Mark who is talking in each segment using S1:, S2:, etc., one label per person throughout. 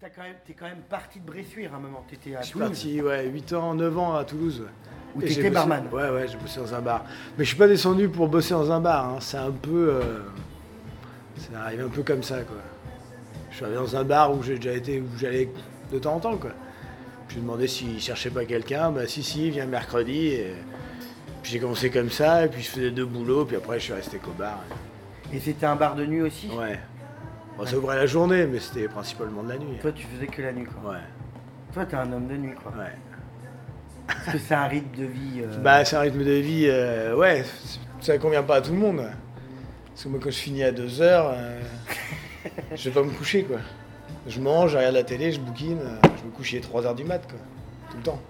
S1: T'as quand même- T'es quand, même parti de Bressuire à un moment. T'étais à
S2: Je suis
S1: Toulouse.
S2: parti ouais, 8 ans, 9 ans à Toulouse.
S1: Où
S2: Et j'ai
S1: t'étais
S2: bossé-
S1: barman.
S2: Ouais, ouais, j'ai bossé dans un bar. Mais je suis pas descendu pour bosser dans un bar. hein. C'est un peu. euh, C'est arrivé un peu comme ça, quoi. Je suis arrivé dans un bar où j'ai déjà été, où j'allais de temps en temps, quoi. Je lui ai demandé s'il cherchait pas quelqu'un. Bah, si, si, viens mercredi. Et... Puis j'ai commencé comme ça, et puis je faisais deux boulots, puis après je suis resté qu'au bar.
S1: Et c'était un bar de nuit aussi.
S2: Ouais. Bon, ça ouvrait la journée, mais c'était principalement de la nuit.
S1: Toi, tu faisais que la nuit. Quoi.
S2: Ouais,
S1: Toi, t'es un homme de nuit. Quoi.
S2: ouais.
S1: Parce que c'est un rythme de vie. euh,
S2: Bah, c'est un rythme de vie, euh, ouais, ça convient pas à tout le monde. Parce que moi, quand je finis à 2 heures, euh, je vais pas me coucher, quoi. Je mange, je regarde la télé, je bouquine, euh, je me couche, il est 3 heures du mat, quoi. Tout le temps.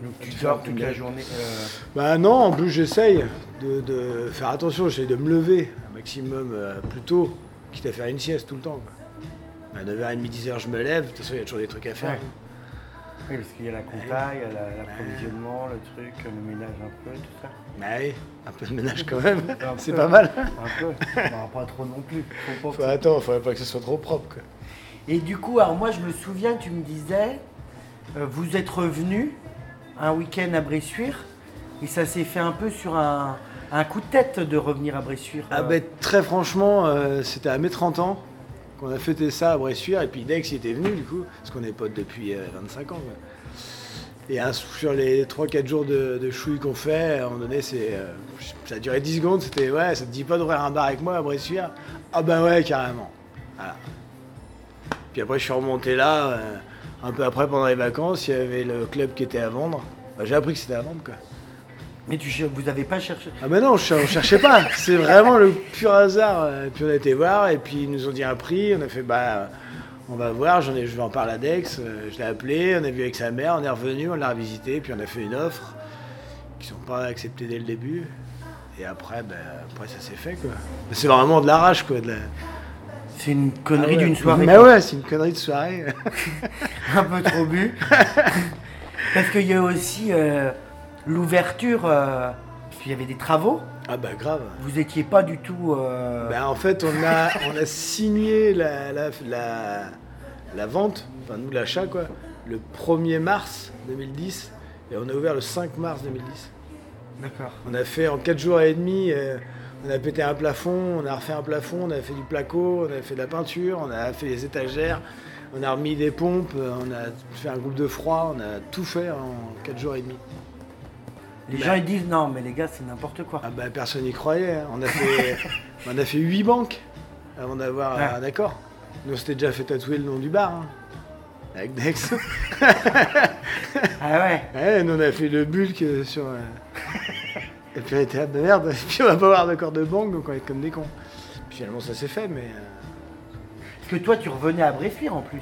S1: donc tu
S2: tu
S1: dors
S2: dors
S1: toute
S2: combien
S1: la journée. euh,
S2: Bah, non, en plus, j'essaye de, de faire attention, j'essaye de me lever un maximum euh, plus tôt, quitte à faire une sieste tout le temps, quoi. À 9h30, 10h, je me lève, de toute façon, il y a toujours des trucs à faire.
S1: Ouais. Oui, parce qu'il y a la compta, il y a la- l'approvisionnement, le truc, le ménage un peu, tout ça.
S2: Bah oui, un peu de ménage quand même,
S1: Un
S2: c'est
S1: peu.
S2: pas mal.
S1: Un peu. Bah, pas trop non plus. Faut pas
S2: Faut, attends, faudrait pas que ce soit trop propre, quoi.
S1: Et du coup, alors moi je me souviens, tu me disais, euh, vous êtes revenu un week-end à Bressuire, et ça s'est fait un peu sur un, un coup de tête de revenir à Bressuire.
S2: Ah
S1: euh,
S2: ben très franchement, euh, c'était à mes 30 ans qu'on a fêté ça à Bressuire et puis Dex il était venu du coup, parce qu'on est potes depuis euh, 25 ans. quoi. Et un- sur les 3-4 jours de, de chouille qu'on fait, à un moment donné, c'est, euh, ça a duré 10 secondes, c'était ouais, ça te dit pas d'ouvrir un bar avec moi à Bressuire Ah ben ouais, carrément. Voilà. Puis après je suis remonté là, euh, un peu après pendant les vacances, il y avait le club qui était à vendre. Bah, j'ai appris que c'était à vendre quoi.
S1: Mais tu, cher- vous avez pas cherché.
S2: Ah bah non, je- on cherchait pas. C'est vraiment le pur hasard. Euh, Puis on a été voir et puis ils nous ont dit un prix. On a fait bah on va voir. J'en ai, je vais en parler à Dex. Euh, Je l'ai appelé. On a vu avec sa mère. On est revenu. On l'a revisité. Puis on a fait une offre qui sont pas acceptées dès le début. Et après, bah, après ça s'est fait quoi. C'est vraiment de l'arrache quoi. De la...
S1: C'est une connerie
S2: Ah ouais.
S1: d'une soirée.
S2: Mais
S1: quoi.
S2: ouais, c'est une connerie de soirée.
S1: un peu trop bu. Parce qu'il y a aussi euh, l'ouverture. euh, parce qu'il y avait des travaux.
S2: ah bah grave.
S1: Vous étiez pas du tout. euh,
S2: Ben, en fait, on a, on a signé la, la, la- la vente, enfin nous l'achat quoi, le 1er mars 2010 et on a ouvert le 5 mars 2010.
S1: D'accord.
S2: On a fait en 4 jours et demi, euh, on a pété un plafond, on a refait un plafond, on a fait du placo, on a fait de la peinture, on a fait les étagères, on a remis des pompes, euh, on a fait un groupe de froid, on a tout fait en 4 jours et demi.
S1: Les
S2: Ben-
S1: gens ils disent non, mais les gars, c'est n'importe quoi.
S2: Ah bah personne n'y croyait. hein. On a fait, on a fait 8 banques avant d'avoir
S1: Ouais.
S2: un accord. Nous on s'était déjà fait tatouer le nom du bar. hein, Avec Dex.
S1: Ah ouais.
S2: Ouais, nous on a fait le bulk euh, sur. euh, Et puis on était à merde, et puis on va pas avoir d'accord de banque, donc on va être comme des cons. Puis finalement ça s'est fait, mais. euh,
S1: Parce que toi, tu revenais à Bressuire en plus.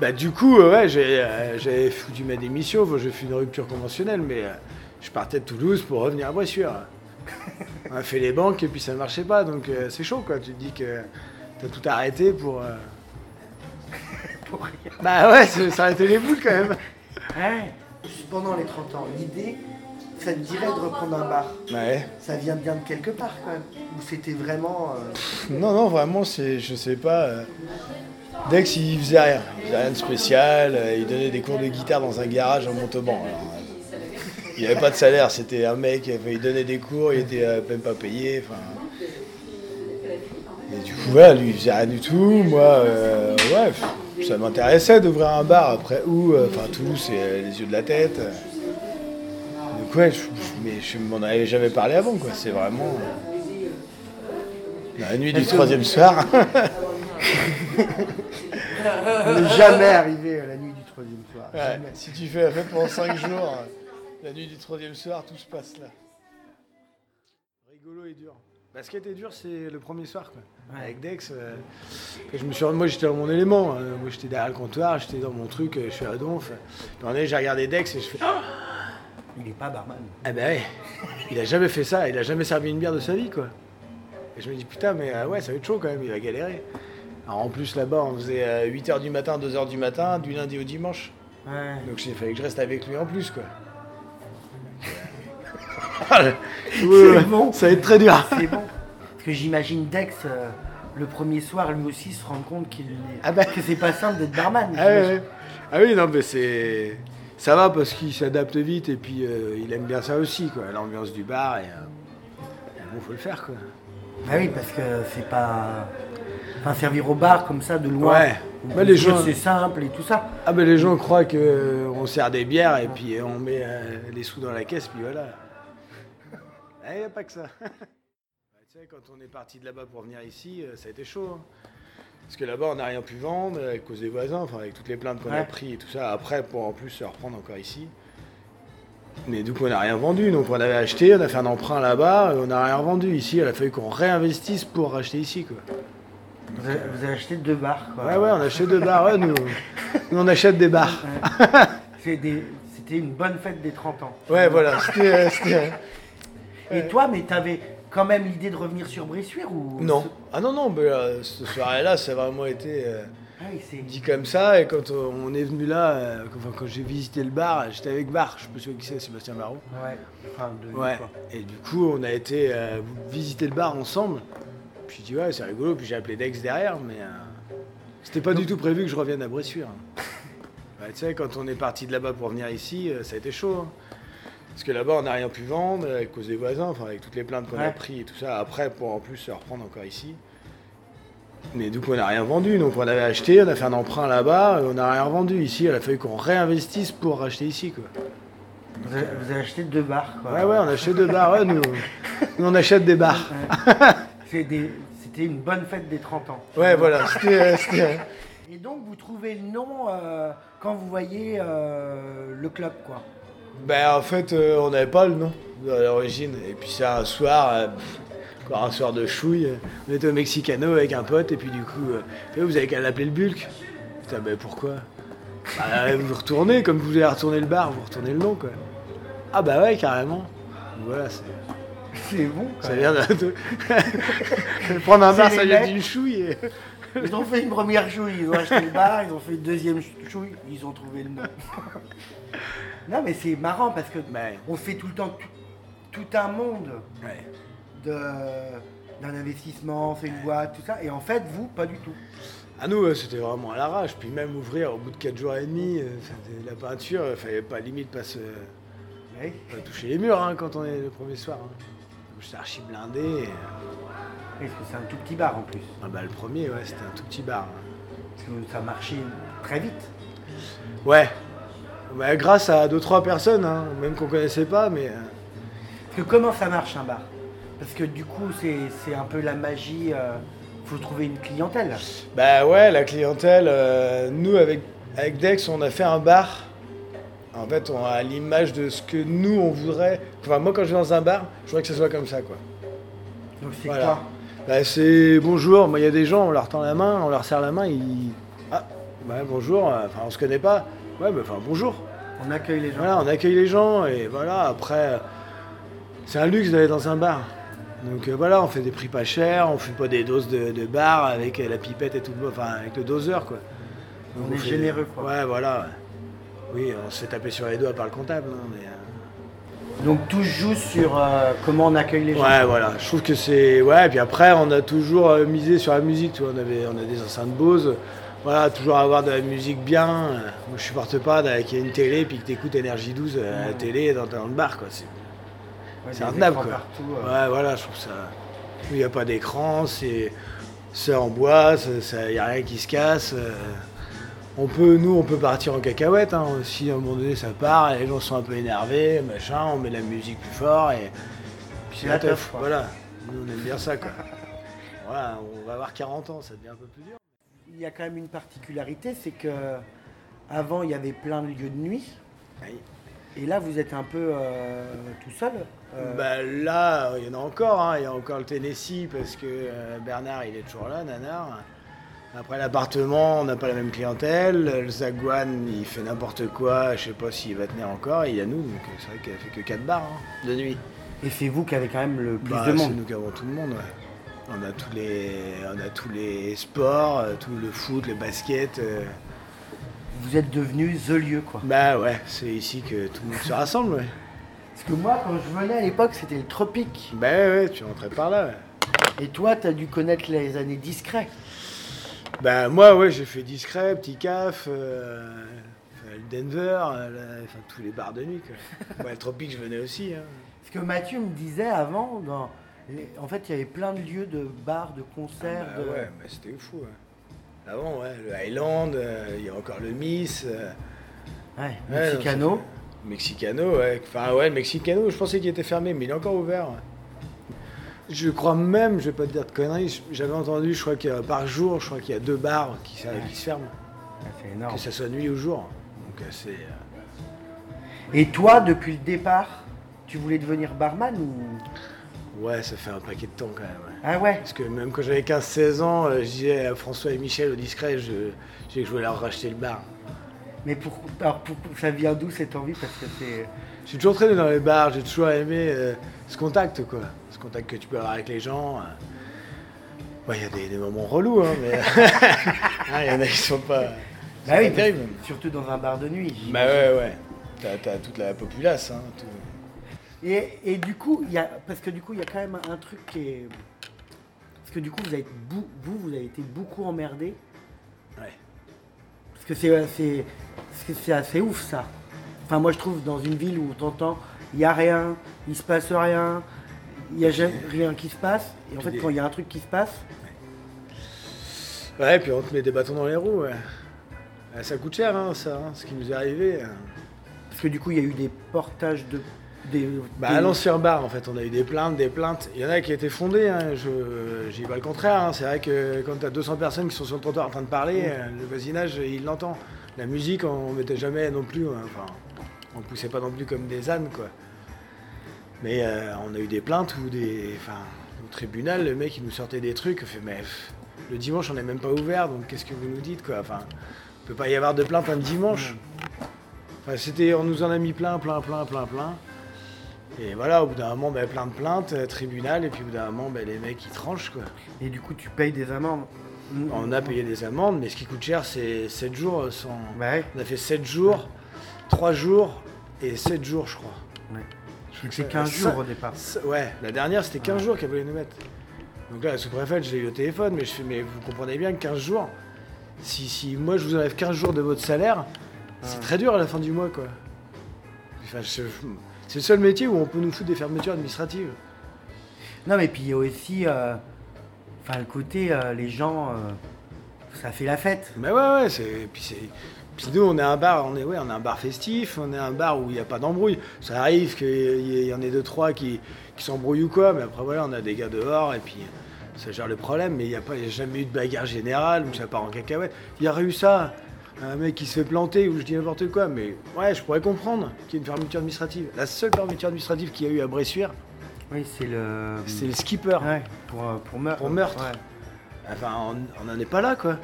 S2: Bah du coup, euh, ouais, j'ai, euh, j'avais foutu ma démission, enfin, j'ai fait une rupture conventionnelle, mais euh, je partais de Toulouse pour revenir à Bressuire. On a fait les banques et puis ça marchait pas, donc euh, c'est chaud quoi, tu te dis que t'as tout arrêté pour... euh,
S1: Pour rien.
S2: Bah ouais, ça ça arrêtait les boules quand même.
S1: Ouais. Pendant les 30 ans, l'idée, ça te dirait de reprendre un bar.
S2: Ouais.
S1: Ça vient bien de quelque part quand même. Ou c'était vraiment. euh,
S2: Non, non, vraiment, c'est, je sais pas. euh, Dex, il faisait rien. Il faisait rien de spécial. euh, il donnait des cours de guitare dans un garage en Montauban. alors, euh, il avait pas de salaire. C'était un mec, enfin, il donnait des cours, il était euh, même pas payé. enfin. Et du coup, voilà, lui, il faisait rien du tout. Moi, euh, ouais, pff, ça m'intéressait d'ouvrir un bar. Après, où euh, Enfin, Toulouse, c'est euh, les yeux de la tête. Donc, ouais, je, je- mais je m'en avais jamais parlé avant, quoi. C'est vraiment. euh, la nuit du troisième soir.
S1: On n'est jamais arrivé à la nuit du troisième soir.
S2: Ouais, si tu fais la fête pendant 5 jours, euh, la nuit du troisième soir, tout se passe là. Rigolo et dur. Bah, ce qui était dur, c'est le premier soir. Quoi.
S1: Ouais.
S2: Avec Dex, euh, je me suis, moi j'étais dans mon élément. euh, moi j'étais derrière le comptoir, j'étais dans mon truc, euh, je suis à donf. Puis un moment, j'ai regardé Dex et je fais
S1: Il n'est pas barman.
S2: Ah bah ouais, il a jamais fait ça, il a jamais servi une bière de sa vie quoi. Et je me dis putain mais euh, ouais ça va être chaud quand même, il va galérer. Alors en plus là-bas on faisait 8h du matin, 2h du matin, du lundi au dimanche.
S1: Ouais.
S2: Donc il fallait que je reste avec lui en plus, quoi. Ouais, ouais,
S1: bon.
S2: Ça va être très dur. Ah
S1: C'est bon. Parce que j'imagine Dex, euh, le premier soir, lui aussi, se rend compte qu'il n'est-
S2: Ah bah.
S1: que c'est pas simple d'être barman.
S2: Ah, ouais,
S1: j'imagine.
S2: ouais. Ah oui, non, mais c'est. Ça va parce qu'il s'adapte vite et puis euh, il aime bien ça aussi, quoi, l'ambiance du bar. Et, euh, bon, faut le faire, quoi.
S1: Bah oui, parce que c'est pas. Enfin, servir au bar comme ça de loin.
S2: Ouais.
S1: on
S2: Bah,
S1: peut
S2: les
S1: se dire
S2: gens-
S1: C'est simple et tout ça.
S2: Ah, mais les gens croient que euh, on sert des bières et puis euh, on met euh, les sous dans la caisse, puis voilà. Il n'y a pas que ça. Bah, tu sais, quand on est parti de là-bas pour venir ici, euh, ça a été chaud. hein. Parce que là-bas, on n'a rien pu vendre euh, à cause des voisins, enfin, avec toutes les plaintes qu'on a
S1: Ouais.
S2: prises et tout ça. Après, pour en plus se reprendre encore ici. Mais du coup, on n'a rien vendu. Donc, on avait acheté, on a fait un emprunt là-bas, euh, on n'a rien vendu. Ici, il a fallu qu'on réinvestisse pour acheter ici. Quoi.
S1: Vous avez, vous avez acheté deux bars, quoi.
S2: Ouais, ouais, on achète deux bars. ouais, nous, nous, on achète des bars.
S1: C'est des- C'était une bonne fête des 30 ans.
S2: Ouais, voilà, c'était. euh, c'était-
S1: Et toi, mais t'avais quand même l'idée de revenir sur Bressuire ou
S2: Non. Ah non, non, mais euh, cette soirée-là, ça a vraiment été euh,
S1: Ah oui, c'est.
S2: dit comme ça. Et quand on on est venu là, euh, quand- enfin, quand j'ai visité le bar, j'étais avec Bar, je sais pas si qui c'est, Sébastien Barraud.
S1: Ouais. Enfin, de.
S2: Ouais.
S1: quoi.
S2: Et du coup, on a été euh, visiter le bar ensemble. Puis j'ai dit, ouais, c'est rigolo. Puis j'ai appelé Dex derrière, mais euh, c'était pas du tout prévu que je revienne à Bressuire. Bah, tu sais, quand on est parti de là-bas pour venir ici, euh, ça a été chaud. hein. Parce que là-bas, on n'a rien pu vendre euh, à cause des voisins, enfin, avec toutes les plaintes qu'on a
S1: Ouais.
S2: prises et tout ça. Après, pour en plus se reprendre encore ici. Mais du coup, on n'a rien vendu. Donc, on avait acheté, on a fait un emprunt là-bas, et on n'a rien vendu ici. Il a fallu qu'on réinvestisse pour racheter ici, quoi.
S1: Vous avez, vous avez acheté deux bars, quoi.
S2: Ouais, ouais, on achète deux bars. Ouais, nous, nous, on achète des bars.
S1: C'est des- C'était une bonne fête des 30 ans.
S2: Ouais, voilà, c'était. euh, c'était-
S1: Et donc, vous trouvez le nom euh, quand vous voyez euh, le club, quoi.
S2: Ben, en fait, euh, on n'avait pas le nom à l'origine. Et puis, ça, un soir, euh, encore un soir de chouille, euh, on était au Mexicano avec un pote, et puis du coup, euh, Eh, vous avez qu'à l'appeler le Bulk. Putain, ben pourquoi Bah, vous retournez, comme vous avez retourné le bar, vous retournez le nom, quoi. Ah, bah ouais, carrément. Voilà, c'est-
S1: C'est bon, quoi.
S2: ça vient de. de Prendre un
S1: C'est
S2: bar,
S1: les
S2: ça vient
S1: mecs.
S2: d'une chouille. et-
S1: Ils ont fait une première chouille, ils ont acheté le bar, ils ont fait une deuxième chouille, ils ont trouvé le nom. non, mais c'est marrant parce que
S2: Ouais.
S1: on fait tout le temps tout, tout un monde
S2: Ouais.
S1: de- d'un investissement, c'est une boîte, tout ça. Et en fait, vous, pas du tout.
S2: Ah nous, euh, c'était vraiment à l'arrache. Puis même ouvrir au bout de 4 jours et demi, euh, c'était la peinture, il fallait pas limite pas, se,
S1: Oui.
S2: pas toucher les murs hein, quand on est le premier soir. hein. Donc, J'étais archi blindé. et, euh,
S1: Parce que c'est un tout petit bar en plus.
S2: ah bah, le premier, ouais, c'était un tout petit bar. hein.
S1: Parce que ça marchait très vite.
S2: Ouais. Bah, grâce à 2-3 personnes, hein, même qu'on connaissait pas, mais... euh,
S1: Parce que comment ça marche un bar Parce que du coup, c'est c'est un peu la magie. il faut trouver une clientèle.
S2: Bah ouais, la clientèle, euh, nous avec, avec Dex, on a fait un bar. En fait, on a l'image de ce que nous, on voudrait... Enfin, moi, quand je vais dans un bar, je voudrais que ce soit comme ça, quoi.
S1: Donc c'est
S2: Voilà.
S1: quoi
S2: Bah, c'est bonjour, moi il y a des gens, on leur tend la main, on leur serre la main, ils. Ah, bah, bonjour, euh, enfin on se connaît pas. Ouais, bah, enfin bonjour.
S1: On accueille les gens.
S2: Voilà, on accueille les gens et voilà, après, euh, c'est un luxe d'aller dans un bar. Donc euh, voilà, on fait des prix pas chers, on fait pas des doses de, de bar avec euh, la pipette et tout, le- enfin avec le doseur quoi. Donc,
S1: On est
S2: fait-
S1: généreux, quoi.
S2: Ouais, voilà. ouais. Oui, on se fait taper sur les doigts par le comptable, hein, mais. euh,
S1: Donc tout se joue sur euh, comment on accueille les gens.
S2: Ouais, voilà. Je trouve que c'est. Ouais, et puis après, on a toujours euh, misé sur la musique. Tu vois, on, avait, on a des enceintes Bose. Voilà, toujours avoir de la musique bien. Euh, Moi, je supporte pas d'a- qu'il y ait une télé puis que t'écoutes Énergie 12 à la télé et dans, dans le bar, quoi. C'est
S1: Ouais,
S2: c'est
S1: des
S2: intenable,
S1: écrans
S2: quoi.
S1: partout, euh.
S2: Ouais, voilà, je trouve ça. Il n'y a pas d'écran, c'est. C'est en bois, il n'y a rien qui se casse. euh, On peut, nous, on peut partir en cacahuète. hein, Si à un moment donné ça part, et les gens sont un peu énervés, machin, on met la musique plus fort et. Puis
S1: C'est la teuf, quoi.
S2: Voilà, nous on aime bien ça, quoi. voilà, on va avoir 40 ans, ça devient un peu plus dur.
S1: Il y a quand même une particularité, c'est que avant il y avait plein de lieux de nuit,
S2: Oui.
S1: et là vous êtes un peu euh, tout seul. euh,
S2: Bah, là, il y en a encore, hein, il y a encore le Tennessee parce que euh, Bernard il est toujours là, Nanar. Après l'appartement, on n'a pas la même clientèle. Le Zaguan, il fait n'importe quoi, je sais pas s'il va tenir encore. Il y a nous, donc euh, c'est vrai qu'il a fait que 4 bars hein, de nuit.
S1: Et c'est vous qui avez quand même le plus
S2: Bah,
S1: de
S2: c'est
S1: monde.
S2: nous qui avons tout le monde, ouais. On a tous les, on a tous les sports, euh, tout le foot, le basket. euh,
S1: Vous êtes devenu the lieu quoi.
S2: Bah ouais, c'est ici que tout le monde se rassemble, ouais.
S1: Parce que moi quand je venais à l'époque c'était le tropique.
S2: Bah ouais, ouais, tu rentrais par là, ouais.
S1: Et toi, tu as dû connaître les années discrets.
S2: Ben moi, ouais, j'ai fait discret, petit caf, euh, euh, le Denver, euh, la- enfin tous les bars de nuit. Quoi. Ouais, le Tropique, je venais aussi. hein.
S1: Ce que Mathieu me disait avant, dans les- en fait, il y avait plein de lieux de bars, de concerts.
S2: Ah
S1: de-
S2: ouais, mais c'était fou. ouais. Avant, ouais, le Highland, euh, il y a encore le Miss. euh,
S1: Ouais,
S2: ouais,
S1: Mexicano.
S2: non, c'est- Mexicano, ouais. Enfin, ouais, le Mexicano, je pensais qu'il était fermé, mais il est encore ouvert. ouais. Je crois même, je vais pas te dire de conneries, j- j'avais entendu, je crois qu'il y a par jour, je crois qu'il y a deux bars qui, se- qui se ferment,
S1: Ah, c'est énorme.
S2: que ça soit nuit ou jour. Donc euh, c'est. euh,
S1: Et toi, depuis le départ, tu voulais devenir barman ou.
S2: Ouais, ça fait un paquet de temps quand même. ouais.
S1: Ah ouais
S2: Parce que même quand j'avais 15-16 ans, euh, je disais à François et Michel au discret, je, je disais que je voulais leur racheter le bar.
S1: Mais pour, alors pour- ça vient d'où cette envie Parce que c'est.
S2: Je suis toujours traîné dans les bars, j'ai toujours aimé euh, ce contact, quoi. Ce contact que tu peux avoir avec les gens. euh. Ouais, il y a des, des moments relous, hein, mais. Hein, Il y en a qui sont pas. qui sont
S1: Bah oui,
S2: pas terribles.
S1: parce- surtout dans un bar de nuit.
S2: Bah ouais, ouais. T'as, t'as toute la populace, hein. tout.
S1: Et, et du coup, il y a, parce que du coup, il y a quand même un truc qui est. Parce que du coup, vous, avez, bou- vous, vous avez été beaucoup emmerdé.
S2: Ouais.
S1: Parce que c'est assez, parce que c'est assez ouf ça. Enfin, moi je trouve dans une ville où t'entends, il n'y a rien, il se passe rien, il n'y a ja- rien qui se passe. Et en fait,
S2: Puis
S1: quand il y a un truc qui se passe,
S2: Ouais, puis on te met des bâtons dans les roues, ouais. Ouais, Ça coûte cher, hein, ça, hein, ce qui nous est arrivé. hein.
S1: parce que du coup, il y a eu des portages de. Des,
S2: Bah,
S1: des-
S2: à l'ancien bar, en fait, on a eu des plaintes, des plaintes. Il y en a qui étaient fondées, hein. je je dis pas le contraire. hein. C'est vrai que quand tu as 200 personnes qui sont sur le trottoir en train de parler, euh, le voisinage, il l'entend. La musique, on mettait jamais non plus, hein. enfin, on poussait pas non plus comme des ânes, quoi. Mais euh, on a eu des plaintes ou des. Enfin, au tribunal, le mec, il nous sortait des trucs. on fait, mais pff, le dimanche, on n'est même pas ouvert, donc qu'est-ce que vous nous dites, quoi. Enfin, il peut pas y avoir de plainte un dimanche. Enfin, c'était, on nous en a mis plein, plein, plein, plein, plein. Et voilà, au bout d'un moment, ben, plein de plaintes, euh, tribunal, et puis au bout d'un moment, ben, les mecs, ils tranchent. Quoi.
S1: Et du coup, tu payes des amendes.
S2: On a payé des amendes, mais ce qui coûte cher, c'est 7 jours. euh, Sans...
S1: Bah Ouais.
S2: On a fait 7 jours, 3 jours et 7 jours, je crois.
S1: Ouais.
S2: Je crois que
S1: C'est
S2: ça-
S1: 15
S2: ça-
S1: jours au départ.
S2: ça- Ouais, la dernière, c'était 15
S1: Ouais.
S2: jours qu'elle voulait nous mettre. Donc là, la sous-préfète, je l'ai eu au téléphone, mais je fais, mais vous comprenez bien que 15 jours, si, si moi je vous enlève 15 jours de votre salaire, c'est
S1: Ouais.
S2: très dur à la fin du mois, quoi. Enfin, je- je- C'est le seul métier où on peut nous foutre des fermetures administratives.
S1: Non, mais puis il y a aussi. euh, Enfin, le côté, euh, les gens. euh, ça fait la fête.
S2: Mais ouais, ouais, c'est. et Puis, c'est... puis nous, on est un bar, on est, ouais, on est un bar festif, on est un bar où il n'y a pas d'embrouille. Ça arrive qu'il y ait- il y en ait deux, trois qui, qui s'embrouillent ou quoi, mais après, voilà, on a des gars dehors et puis ça gère le problème. Mais il n'y a, pas- il y a jamais eu de bagarre générale où ça part en cacahuète. Il y aurait eu ça, un mec qui se fait planter ou je dis n'importe quoi, mais ouais, je pourrais comprendre qu'il y ait une fermeture administrative. La seule fermeture administrative qu'il y a eu à Bressuire,
S1: Oui, c'est le.
S2: c'est le skipper.
S1: Ouais, pour, euh, pour meurtre.
S2: Pour meurtre.
S1: Ouais.
S2: Enfin, on n'en est pas là, quoi.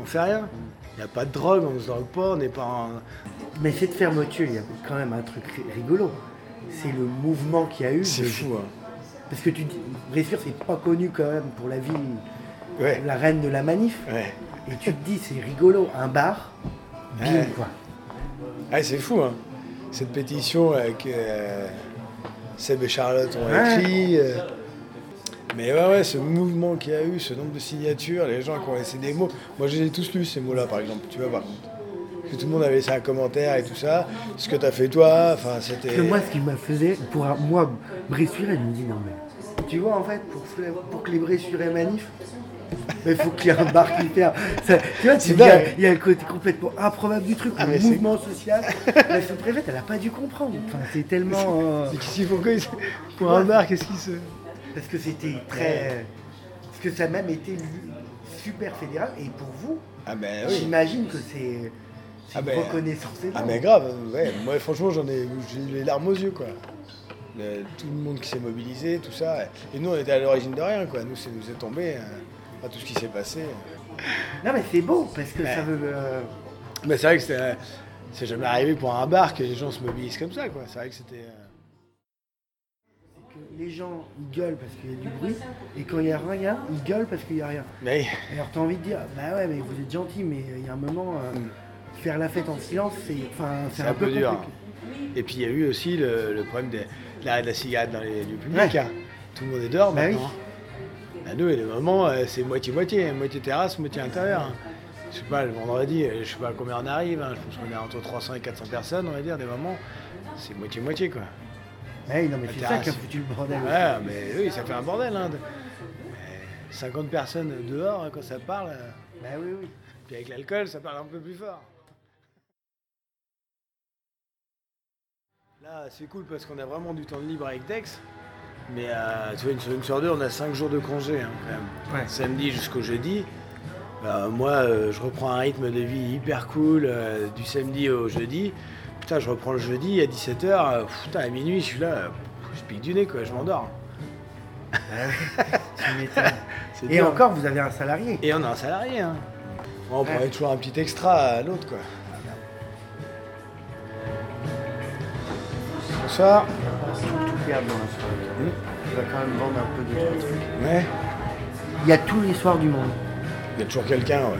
S2: On fait rien. Il n'y a pas de drogue, on ne se drogue pas, on n'est pas en.
S1: Mais cette fermeture, il y a quand même un truc ri- rigolo. C'est le mouvement qu'il y a eu.
S2: C'est
S1: de-
S2: fou, hein.
S1: Parce que tu dis, Bressuire, c'est pas connu quand même pour la ville,
S2: Ouais.
S1: la reine de la manif.
S2: Ouais.
S1: Et tu te dis, c'est rigolo, un bar, bim,
S2: Ouais.
S1: quoi.
S2: Ah, c'est fou, hein. Cette pétition euh, que euh, Seb et Charlotte ont
S1: Ouais.
S2: écrit. euh. Mais ouais, ouais, ce mouvement qu'il y a eu, ce nombre de signatures, les gens qui ont laissé des mots. Moi, je les ai tous lus, ces mots-là, par exemple. Tu vois, par contre. Parce que tout le monde avait laissé un commentaire et tout ça. Ce que t'as fait, toi. Enfin, c'était.
S1: Parce que moi, ce qui me faisait, pour un- moi, Bressuire, elle me dit, non mais. Tu vois, en fait, pour, que- pour que les Bressuirais manifent, il faut qu'il y ait un bar qui ferme. Ça- tu vois, tu
S2: C'est
S1: dis, il y a-
S2: dingue.
S1: il y, a le côté complètement improbable du truc,
S2: Ah,
S1: le
S2: mais c'est-
S1: mouvement social. La sous-préfète, elle a pas dû comprendre. Enfin, c'est tellement. euh,
S2: Mais qu'est-ce qu'ils font quoi, ils- Pour un bar, qu'est-ce qu'ils se.
S1: Parce que c'était très. Parce que ça a même été lu- super fédéral. Et pour vous,
S2: Ah, ben
S1: j'imagine que c'est c'est
S2: Ah
S1: une
S2: ben,
S1: reconnaissance
S2: Ah
S1: énorme.
S2: mais grave, ouais, moi franchement j'en ai, j'ai eu les larmes aux yeux quoi. Le- tout le monde qui s'est mobilisé, tout ça. Et nous on était à l'origine de rien quoi, nous c'est nous est tombé, euh, à tout ce qui s'est passé.
S1: Non, mais c'est beau parce que
S2: Ouais.
S1: ça veut. euh,
S2: Mais c'est vrai que c'était, c'est jamais arrivé pour un bar que les gens se mobilisent comme ça quoi, c'est vrai que c'était... euh,
S1: que les gens ils gueulent parce qu'il y a du bruit. Et quand il y a rien, ils gueulent parce qu'il y a rien.
S2: Mais
S1: Alors t'as envie de dire, bah ouais, mais vous êtes gentil, mais il y a un moment, euh,
S2: Mm.
S1: faire la fête en silence, c'est enfin, c'est
S2: c'est un peu dur. Et puis il y a eu aussi le, le problème de, de l'arrêt de la cigarette dans les lieux publics.
S1: Ouais.
S2: hein. Tout le monde est dehors
S1: Bah oui.
S2: maintenant. hein. à deux. Et les moments, euh, c'est moitié-moitié, hein, moitié terrasse, moitié intérieur. hein. Je sais pas, le vendredi, euh, je sais pas à combien on arrive, hein, je pense qu'on est entre 300 et 400 personnes, on va dire, des moments. C'est moitié-moitié, quoi.
S1: Ouais, Bah non, mais c'est ça
S2: terrasse.
S1: qui a foutu le bordel.
S2: Ouais, mais oui, ça fait un bordel. Hein. Mais 50 personnes dehors, hein, quand ça parle, euh,
S1: Bah oui, oui.
S2: puis avec l'alcool, ça parle un peu plus fort. Là, c'est cool parce qu'on a vraiment du temps de libre avec Dex. Mais euh, tu vois, une, sur- une sur deux, on a 5 jours de congé hein, quand même
S1: Ouais.
S2: samedi jusqu'au jeudi. Bah, moi, euh, je reprends un rythme de vie hyper cool euh, du samedi au jeudi. Putain, je reprends le jeudi à 17h. putain, à minuit, je suis là. euh, je pique du nez, quoi. Je m'endors.
S1: Tu m'étonnes.
S2: C'est
S1: Et
S2: dur.
S1: encore, vous avez un salarié.
S2: Et on a un salarié. Hein. On
S1: Ouais.
S2: pourrait toujours un petit extra à l'autre, quoi. Bonsoir.
S1: Je trouve tout perdre dans la soirée.
S2: Oui.
S1: Tu vas quand même vendre un peu de trucs.
S2: Ouais.
S1: Il y a tous les soirs du monde.
S2: Il y a toujours quelqu'un, ouais.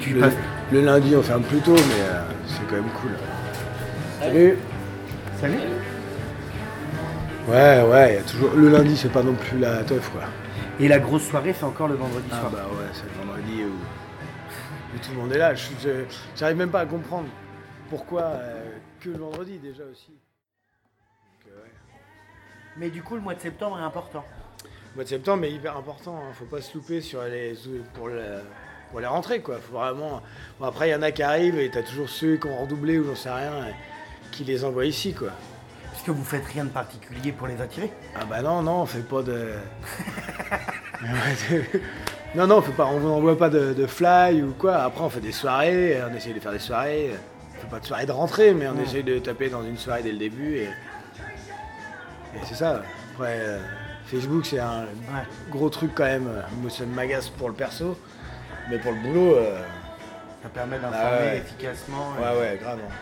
S1: Tu
S2: le,
S1: passes.
S2: le lundi, on ferme plus tôt, mais euh, c'est quand même cool. Salut.
S1: Salut.
S2: Ouais, ouais, il y a toujours. Le lundi, c'est pas non plus la teuf, quoi.
S1: Et la grosse soirée, c'est encore le vendredi
S2: Ah
S1: soir.
S2: bah ouais, c'est le vendredi où, où tout le monde est là. Je- je- J'arrive même pas à comprendre pourquoi euh, que le vendredi déjà aussi. Donc, euh, ouais.
S1: Mais du coup, le mois de septembre est important.
S2: Le mois de septembre est hyper important, hein. faut pas se louper sur les, pour, la, pour la rentrée quoi. Faut vraiment... bon, après il y en a qui arrivent et t'as toujours ceux qui ont redoublé ou j'en sais rien euh, qui les envoient ici quoi.
S1: Parce que vous faites rien de particulier pour les attirer.
S2: Ah bah non, non, on fait pas de. Ouais, de- non, non, on fait pas, on n'envoie pas de, de fly ou quoi. Après, on fait des soirées, on essaye de faire des soirées. On fait pas de soirée de rentrée, mais on
S1: Ouais.
S2: essaye de taper dans une soirée dès le début. Et, et c'est ça. Après, euh, Facebook, c'est un
S1: Ouais.
S2: gros truc quand même. Moi, ça me m'agace pour le perso, mais pour le boulot. euh,
S1: Ça permet d'informer
S2: Ah ouais.
S1: efficacement euh,
S2: Ouais, ouais, grave. hein.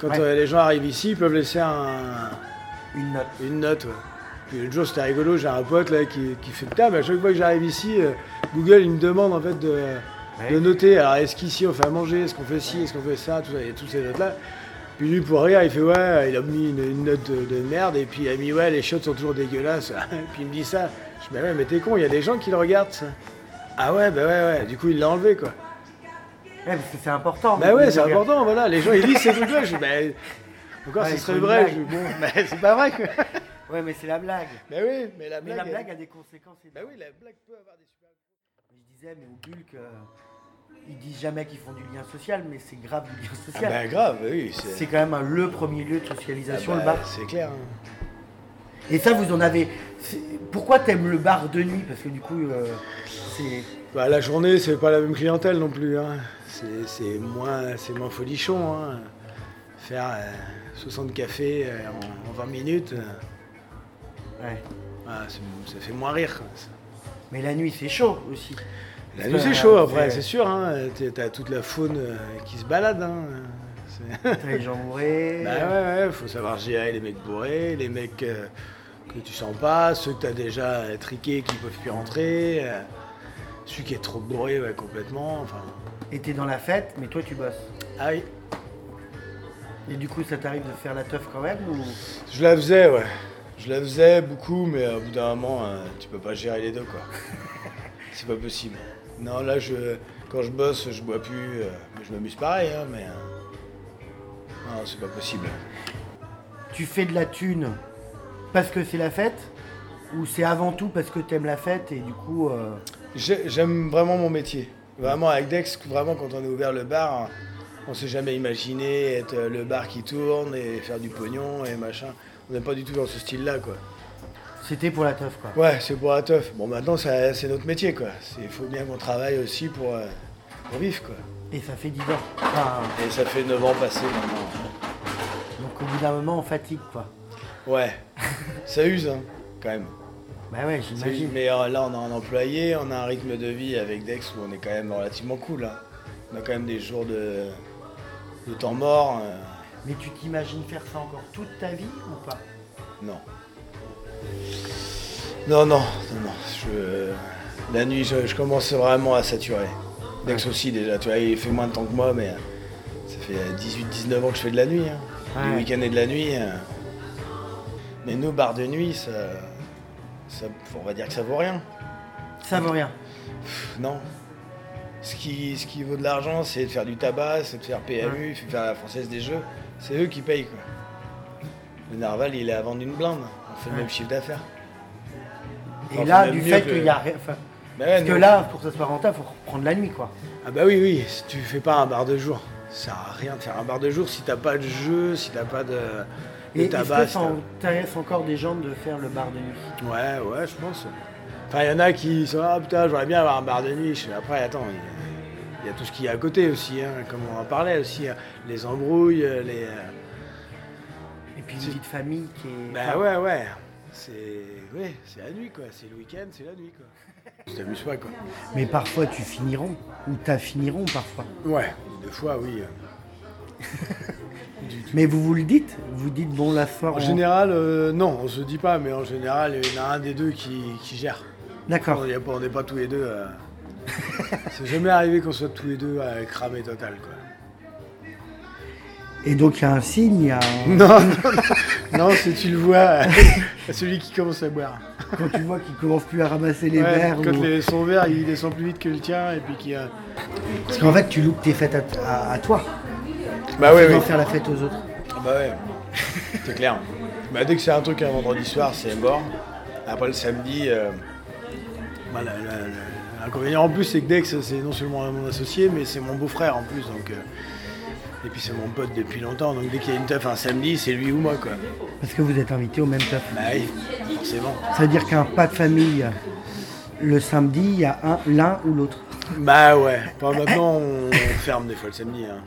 S2: Quand
S1: Ouais.
S2: euh, les gens arrivent ici, ils peuvent laisser un,
S1: une note.
S2: une note, ouais. Puis le jour, c'était rigolo, j'ai un pote là qui, qui fait putain, mais à chaque fois que j'arrive ici, euh, Google il me demande en fait de,
S1: Ouais.
S2: de noter. Alors est-ce qu'ici on fait à manger, est-ce qu'on fait ci, est-ce qu'on fait ça, tout ça, il y a toutes ces notes là. Puis lui pour rire, il fait ouais, il a mis une, une note de, de merde et puis il a mis ouais, les shots sont toujours dégueulasses. puis il me dit ça. Je dis mais ouais, mais t'es con, il y a des gens qui le regardent ça. Ah ouais, bah ouais, ouais. Du coup, il l'a enlevé quoi.
S1: Ouais, Eh, parce que c'est important.
S2: Bah
S1: de-
S2: ouais,
S1: de
S2: c'est
S1: dire.
S2: important, voilà. Les gens ils lisent ces trucs là. Je dis bah, encore,
S1: Ouais,
S2: ce
S1: ils
S2: serait
S1: font une
S2: vrai.
S1: blague.
S2: Je dis, bon, mais c'est pas vrai quoi.
S1: Ouais, mais c'est la blague.
S2: Bah oui, mais la
S1: Mais
S2: blague.
S1: la
S2: elle-
S1: blague a des conséquences.
S2: Bah oui, la blague peut avoir des super.
S1: Je disais, mais au Bulk, euh, ils disent jamais qu'ils font du lien social, mais c'est grave du lien
S2: Ah
S1: social.
S2: bah grave, oui,
S1: c'est quand même un- le premier lieu de socialisation,
S2: Ah
S1: le
S2: bah,
S1: bar.
S2: C'est clair. hein.
S1: Et ça, vous en avez. c'est- Pourquoi t'aimes le bar de nuit Parce que du coup, euh, c'est.
S2: Bah, la journée, c'est pas la même clientèle non plus. hein. C'est c'est moins, c'est moins folichon. hein. Faire euh, 60 cafés euh, en, en 20 minutes, euh,
S1: Ouais.
S2: ah, c'est- ça fait moins rire. quoi.
S1: Mais la nuit, c'est chaud aussi.
S2: La nuit, c'est
S1: Euh,
S2: chaud après,
S1: c'est-
S2: c'est sûr. Hein. T'es- T'as toute la faune euh, qui se balade. hein. C'est-
S1: T'as les gens bourrés.
S2: Bah ouais, ouais, faut savoir gérer les mecs bourrés, les mecs euh, que tu sens pas, ceux que t'as déjà euh, triqués qui peuvent plus rentrer, euh, celui qui est trop bourré ouais, complètement, enfin...
S1: Et t'es dans la fête, mais toi, tu bosses.
S2: Ah oui,
S1: Et du coup, ça t'arrive de faire la teuf quand même ou...
S2: je la faisais, ouais. Je la faisais beaucoup, mais euh, au bout d'un moment, euh, tu peux pas gérer les deux, quoi. C'est pas possible. Non, là, je, quand je bosse, je bois plus, euh, mais je m'amuse pareil, hein, mais... euh, non, c'est pas possible.
S1: Tu fais de la thune parce que c'est la fête Ou c'est avant tout parce que t'aimes la fête et du coup. euh,
S2: J'ai- J'aime vraiment mon métier. Vraiment avec Dex, vraiment quand on a ouvert le bar, on s'est jamais imaginé être euh, le bar qui tourne et faire du pognon et machin. On n'est pas du tout dans ce style-là, quoi.
S1: C'était pour la teuf, quoi.
S2: Ouais, c'est pour la teuf. Bon, maintenant, ça- c'est notre métier, quoi. Il faut bien qu'on travaille aussi pour, euh, pour vivre, quoi.
S1: Et ça fait 10 ans. Enfin,
S2: Et ça fait 9 ans passés maintenant.
S1: donc au bout d'un moment, on fatigue, quoi.
S2: Ouais, ça use, hein, quand même.
S1: Bah ouais,
S2: Ça use.
S1: j'imagine.
S2: Mais euh, là, on a un employé, on a un rythme de vie avec Dex où on est quand même relativement cool. hein. On a quand même des jours de, de temps mort. euh,
S1: Mais tu t'imagines faire ça encore toute ta vie ou pas
S2: Non. Non, non, non, non. Je- La nuit, je, je commence vraiment à saturer. Dex aussi, déjà, tu vois, il fait moins de temps que moi, mais euh, ça fait euh, 18-19 ans que je fais de la nuit. hein.
S1: Ouais.
S2: Les week-ends et de la nuit. euh. Mais nos bars de nuit, ça, ça- on va dire que ça vaut rien.
S1: Ça vaut rien.
S2: Pff, Non. Ce qui, ce qui vaut de l'argent, c'est de faire du tabac, c'est de faire PMU, c'est de faire la française des jeux. C'est eux qui payent, quoi. Le narval, il est à vendre une blinde. On fait le
S1: Ouais.
S2: même chiffre d'affaires.
S1: Et
S2: Enfin,
S1: là,
S2: même
S1: du
S2: mieux
S1: fait
S2: que- Bah
S1: qu'il y a rien. enfin,
S2: Mais
S1: Parce que là, pour que ça soit rentable, faut reprendre la nuit, quoi.
S2: Ah bah oui, oui, si tu fais pas un bar de jour. Ça sert à rien de faire un bar de jour si t'as pas de jeu, si t'as pas de, de
S1: Et est-ce
S2: tabac.
S1: que
S2: si
S1: ça intéresse encore des gens de faire le bar de nuit
S2: t'as- Ouais, ouais, je pense. Enfin, il y en a qui sont ah putain, j'aimerais bien avoir un bar de niche. Après, attends, il y a- il y, a tout ce qu'il y a à côté aussi, hein, comme on en parlait aussi. hein. Les embrouilles, euh, les. euh,
S1: Et puis une
S2: Si.
S1: vie de famille qui est.
S2: Bah
S1: enfin,
S2: ouais, ouais. C'est ouais, c'est la nuit, quoi. C'est le week-end, c'est la nuit, quoi. Tu t'amuses pas, quoi.
S1: Mais parfois, tu finiront. Ou t'as finiront parfois.
S2: Ouais, deux fois, oui.
S1: Mais vous vous le dites Vous dites, bon, la soirée.
S2: En
S1: on-
S2: général, euh, non, on se dit pas, mais en général, il y en a un des deux qui, qui gère.
S1: D'accord.
S2: On y est pas- on n'est pas tous les deux. euh, C'est jamais arrivé qu'on soit tous les deux à cramer total, quoi.
S1: Et donc, il y a un signe, il y a.
S2: Non, non, non, non, si tu le vois, euh, celui qui commence à boire.
S1: quand tu vois qu'ils commencent plus à ramasser les
S2: Ouais,
S1: verres.
S2: quand
S1: ou-
S2: les- son verre, il descend plus vite que le tien, et puis qui a.
S1: Parce qu'en fait, tu loupes tes fêtes à, à- à toi.
S2: Bah
S1: Tu vas faire la fête aux autres.
S2: Bah ouais, c'est clair. Bah dès que c'est un truc un vendredi soir, c'est mort. Après le samedi, euh, bah, la- la- la- l'inconvénient en plus, c'est que Dex, c'est non seulement mon associé, mais c'est mon beau-frère en plus. Donc, euh, et puis c'est mon pote depuis longtemps, donc dès qu'il y a une teuf un samedi, c'est lui ou moi quoi.
S1: Parce que vous êtes invités au même taf.
S2: Bah oui, forcément.
S1: C'est-à-dire qu'un pas de famille, le samedi, il y a un- l'un ou l'autre.
S2: Bah ouais, Bah, maintenant on ferme des fois le samedi. hein.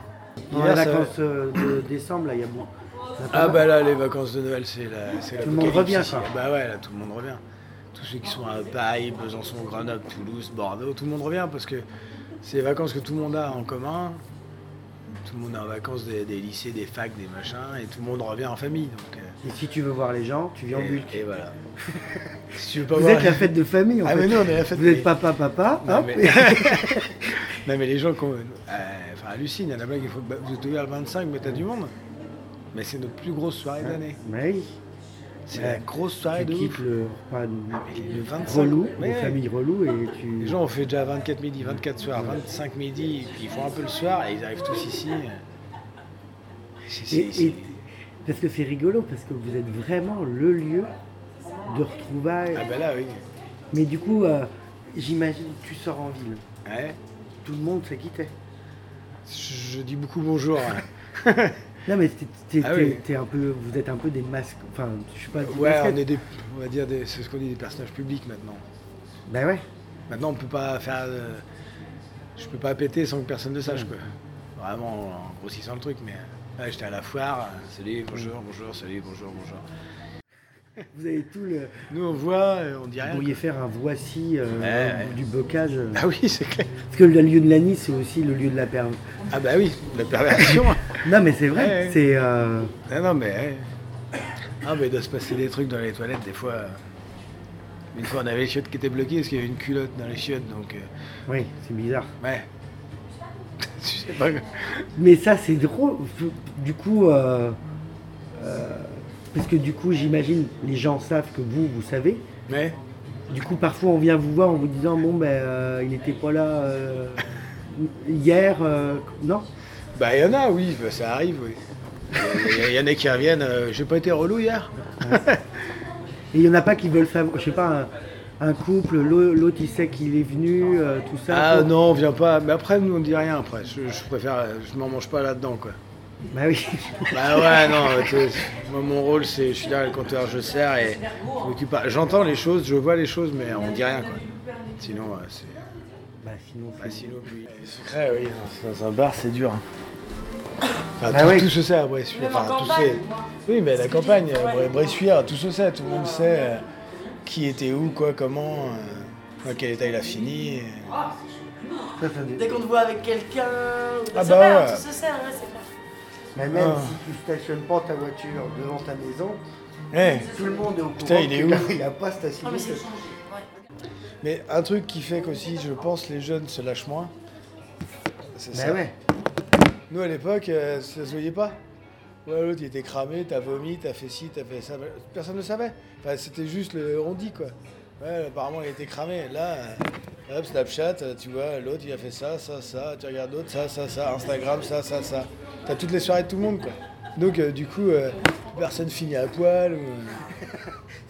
S1: Dans les
S2: Hier, ça-
S1: vacances euh, de décembre, là, il y a bon. ça
S2: Ah
S1: va.
S2: bah là, les vacances de Noël, c'est la, c'est
S1: Tout le monde
S2: l'apocalypse
S1: revient,
S2: ici.
S1: quoi.
S2: Bah ouais, là, tout le monde revient. Tous ceux qui sont à Paris, Besançon, Grenoble, Toulouse, Bordeaux, tout le monde revient parce que c'est les vacances que tout le monde a en commun. Tout le monde est en vacances des, des lycées, des facs, des machins, et tout le monde revient en famille. Donc, euh,
S1: Et si tu veux voir les gens, tu viens en
S2: et-
S1: bulk.
S2: et, voilà. si tu veux pas
S1: Vous
S2: voir-
S1: êtes la fête de hein famille, en
S2: Ah,
S1: fait.
S2: mais nous, on est la fête
S1: Vous êtes
S2: des-
S1: papa, papa,
S2: Non
S1: hop.
S2: mais... non, mais les gens qu'on- euh, enfin, hallucinent, il y en a plein qui font bah, vous êtes ouvert le 25, mais t'as du monde. Mais c'est notre plus grosse soirée de l'année.
S1: Mais oui,
S2: C'est
S1: Ouais.
S2: la grosse soirée
S1: tu
S2: Ah, de ouf. Ah,
S1: quittes le repas de-
S2: mais le 25,
S1: relou,
S2: ouais.
S1: les familles relou, et tu...
S2: Les gens ont fait déjà 24 midi, 24 soir, 25 midi, et puis ils font un peu le soir et ils arrivent tous ici. C'est- c'est-
S1: Et-
S2: c'est-
S1: et- parce que c'est rigolo, parce que vous êtes vraiment le lieu de retrouvailles.
S2: Ah bah là oui.
S1: Mais du coup, euh, j'imagine, tu sors en ville,
S2: Ouais.
S1: tout le monde s'est quitté.
S2: Je, je dis beaucoup bonjour. hein.
S1: Non mais t'es- t'es-
S2: Ah
S1: t'es-
S2: oui.
S1: t'es un peu, vous êtes un peu des masques, enfin, je suis pas. des
S2: Ouais,
S1: masquettes.
S2: on est des, on va dire des, c'est ce qu'on dit des personnages publics maintenant.
S1: Ben ouais.
S2: Maintenant on peut pas faire, euh, je peux pas péter sans que personne ne sache quoi. Vraiment en grossissant le truc, mais ouais, j'étais à la foire. euh, Salut, bonjour, bonjour, salut, bonjour, bonjour.
S1: Vous avez tout
S2: Ah,
S1: le.
S2: Nous on voit, euh, on dit
S1: Vous
S2: rien.
S1: pourriez faire un voici euh,
S2: Ouais, ouais.
S1: du bocage.
S2: quoi. Ah oui, c'est clair.
S1: Parce que le lieu de la nuit, c'est aussi le lieu de la perve.
S2: Ah bah oui, la perversion.
S1: Non mais c'est vrai,
S2: Ouais, ouais.
S1: c'est. euh,
S2: Non, non, mais. ouais. Ah, mais il doit se passer des trucs dans les toilettes, des fois. euh. Une fois, on avait les chiottes qui étaient bloquées parce qu'il y avait une culotte dans les chiottes, donc. euh,
S1: Oui, c'est bizarre.
S2: Ouais. Je sais pas.
S1: Mais ça, c'est drôle. Du coup, euh, euh, parce que du coup, j'imagine, les gens savent que vous, vous savez.
S2: Mais.
S1: Du coup, parfois, on vient vous voir en vous disant, bon, ben, euh, il était pas là euh, hier, euh, non
S2: Bah, il y en a, oui, bah, ça arrive, oui. Il y a- il y, en a qui reviennent. euh, J'ai pas été relou hier
S1: Et il y en a pas qui veulent savoir, je sais pas, un, un couple, l'au- l'autre, il sait qu'il est venu, euh, tout ça.
S2: Ah,
S1: Bon.
S2: non, on vient pas. Mais après, nous, on dit rien après. Je, je préfère. euh, Je m'en mange pas là-dedans, quoi.
S1: Bah oui.
S2: Bah ouais, non, euh, t'es- moi mon rôle c'est, je suis derrière le compteur, je sers et je m'occupe pas. J'entends les choses, je vois les choses, mais on dit rien quoi. Sinon, euh, c'est.
S1: bah sinon, c'est-
S2: Bah, sinon, puis. Les secrets, oui, non, dans un bar c'est dur. hein. Enfin,
S1: Bah
S2: tout,
S1: oui.
S2: tout se sait à Bressuire.
S3: Même en
S2: Enfin, tout
S3: campagne,
S2: sait.
S3: moi.
S2: Oui, mais la campagne, euh, Bre- Bressuire, tout se sait, tout le monde sait euh, qui était où, quoi, comment, euh, dans quel état il a fini. et-
S1: ça, ça dé-
S3: Dès qu'on te voit avec quelqu'un, on
S2: Ah
S3: se
S2: bah
S3: perd,
S2: ouais.
S3: tout se sert, ouais, c'est clair.
S1: Mais même
S2: Ah.
S1: si tu stationnes pas ta voiture devant ta maison,
S2: Eh,
S1: tout le monde est au courant.
S2: Putain, il est
S1: que
S2: où
S1: là, Il a pas
S3: Ah,
S1: stationné.
S3: mais c'est
S2: Mais un truc qui fait qu'aussi, je pense, les jeunes se lâchent moins. C'est
S1: Bah ouais.
S2: Nous à l'époque, euh, ça se voyait pas. Ouais, l'autre il était cramé, t'as vomi, t'as fait ci, t'as fait ça. Personne ne savait. Enfin, c'était juste le on dit quoi. Ouais, apparemment, il était cramé. Là, euh, hop, Snapchat, euh, tu vois, l'autre, il a fait ça, ça, ça. Tu regardes l'autre, ça, ça, ça. Instagram, ça, ça, ça. T'as toutes les soirées de tout le monde, quoi. Donc, euh, du coup, euh, personne finit à poil. ou, euh,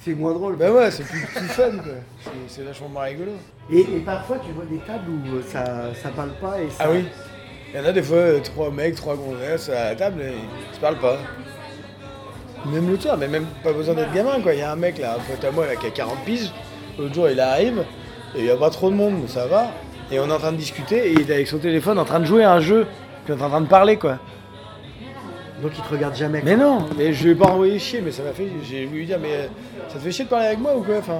S1: C'est moins drôle.
S2: Bah ouais, c'est plus, plus fun, quoi. C'est- C'est vachement moins rigolo.
S1: Et, et parfois, tu vois des tables où euh, ça, ça parle pas et ça.
S2: Ah oui Il y en a des fois, euh, trois mecs, trois gonzesses à la table, et ils se parlent pas. Même le soir, mais même pas besoin d'être gamin, quoi. Il y a un mec, là, un pote à moi, là, qui a 40 piges. L'autre jour, il arrive, et il y a pas trop de monde, mais ça va. Et on est en train de discuter, et il est avec son téléphone en train de jouer à un jeu. Puis on est en train de parler, quoi.
S1: Donc ils te regardent jamais.
S2: Mais non, mais je vais pas envoyer chier, mais ça m'a fait. J'ai voulu lui dire, mais euh, ça te fait chier de parler avec moi ou quoi Enfin.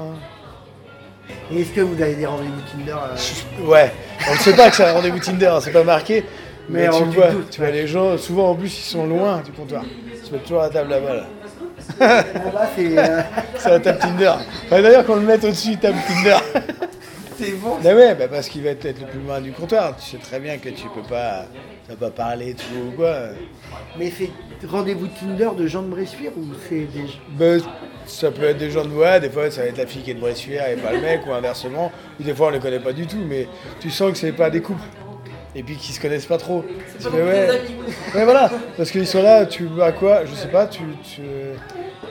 S1: Et est-ce que vous avez des rendez-vous Tinder euh,
S2: Ouais, on ne sait pas que c'est un rendez-vous Tinder, hein, c'est pas marqué.
S1: Mais
S2: Mais, tu
S1: on
S2: vois,
S1: doute,
S2: tu vois les gens, souvent en plus ils sont loin du comptoir. Ils se mettent toujours à la table là-bas. Là.
S1: ah bah, c'est, euh,
S2: C'est la table Tinder. Faudrait D'ailleurs qu'on le mette au-dessus, table Tinder.
S1: c'est bon.
S2: Mais ouais, bah parce qu'il va être le plus loin du comptoir. Tu sais très bien que tu peux pas, tu vas pas parler tout ou quoi.
S1: Mais c'est rendez-vous Tinder de Jean de Bressuire ou c'est des.
S2: Bah, ça peut être des gens de ouais, des fois ça va être la fille qui est de Bressuire et pas le mec, ou inversement. Ou des fois on les connaît pas du tout, mais tu sens que c'est pas des couples. Et puis qu'ils se connaissent pas trop.
S3: C'est
S2: Tu
S3: pas
S2: fais,
S3: non plus
S2: ouais.
S3: des amis.
S2: Ouais, voilà, parce qu'ils sont là, tu à quoi Je sais pas, tu, tu,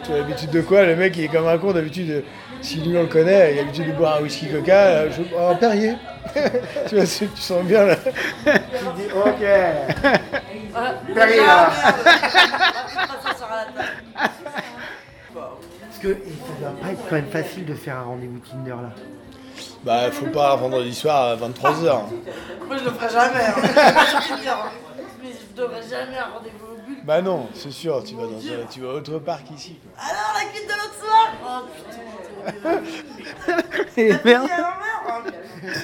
S2: tu as l'habitude de quoi Le mec, il est comme un con, d'habitude, euh, si lui on le connaît, il a l'habitude de boire un whisky coca, euh, je, oh, un Perrier tu, vois, c'est- tu sens bien là.
S1: Tu dis ok.
S3: Voilà.
S1: Perrier,
S3: Ah,
S1: là.
S3: merde. Ah, ça sera à la table.
S1: Parce que et ça doit pas être quand même facile de faire un rendez-vous Tinder là.
S2: Bah, faut pas vendredi soir à 23h.
S3: Moi je le ferai jamais. hein. Je suis bien. Mais je donnerai jamais un rendez-vous au bulle.
S2: Bah, non, c'est sûr, tu vas dans un- tu vas autre part qu'ici. quoi.
S3: Alors la cuite de l'autre soir Oh putain,
S2: Et
S3: c'est horrible. Alors, merde.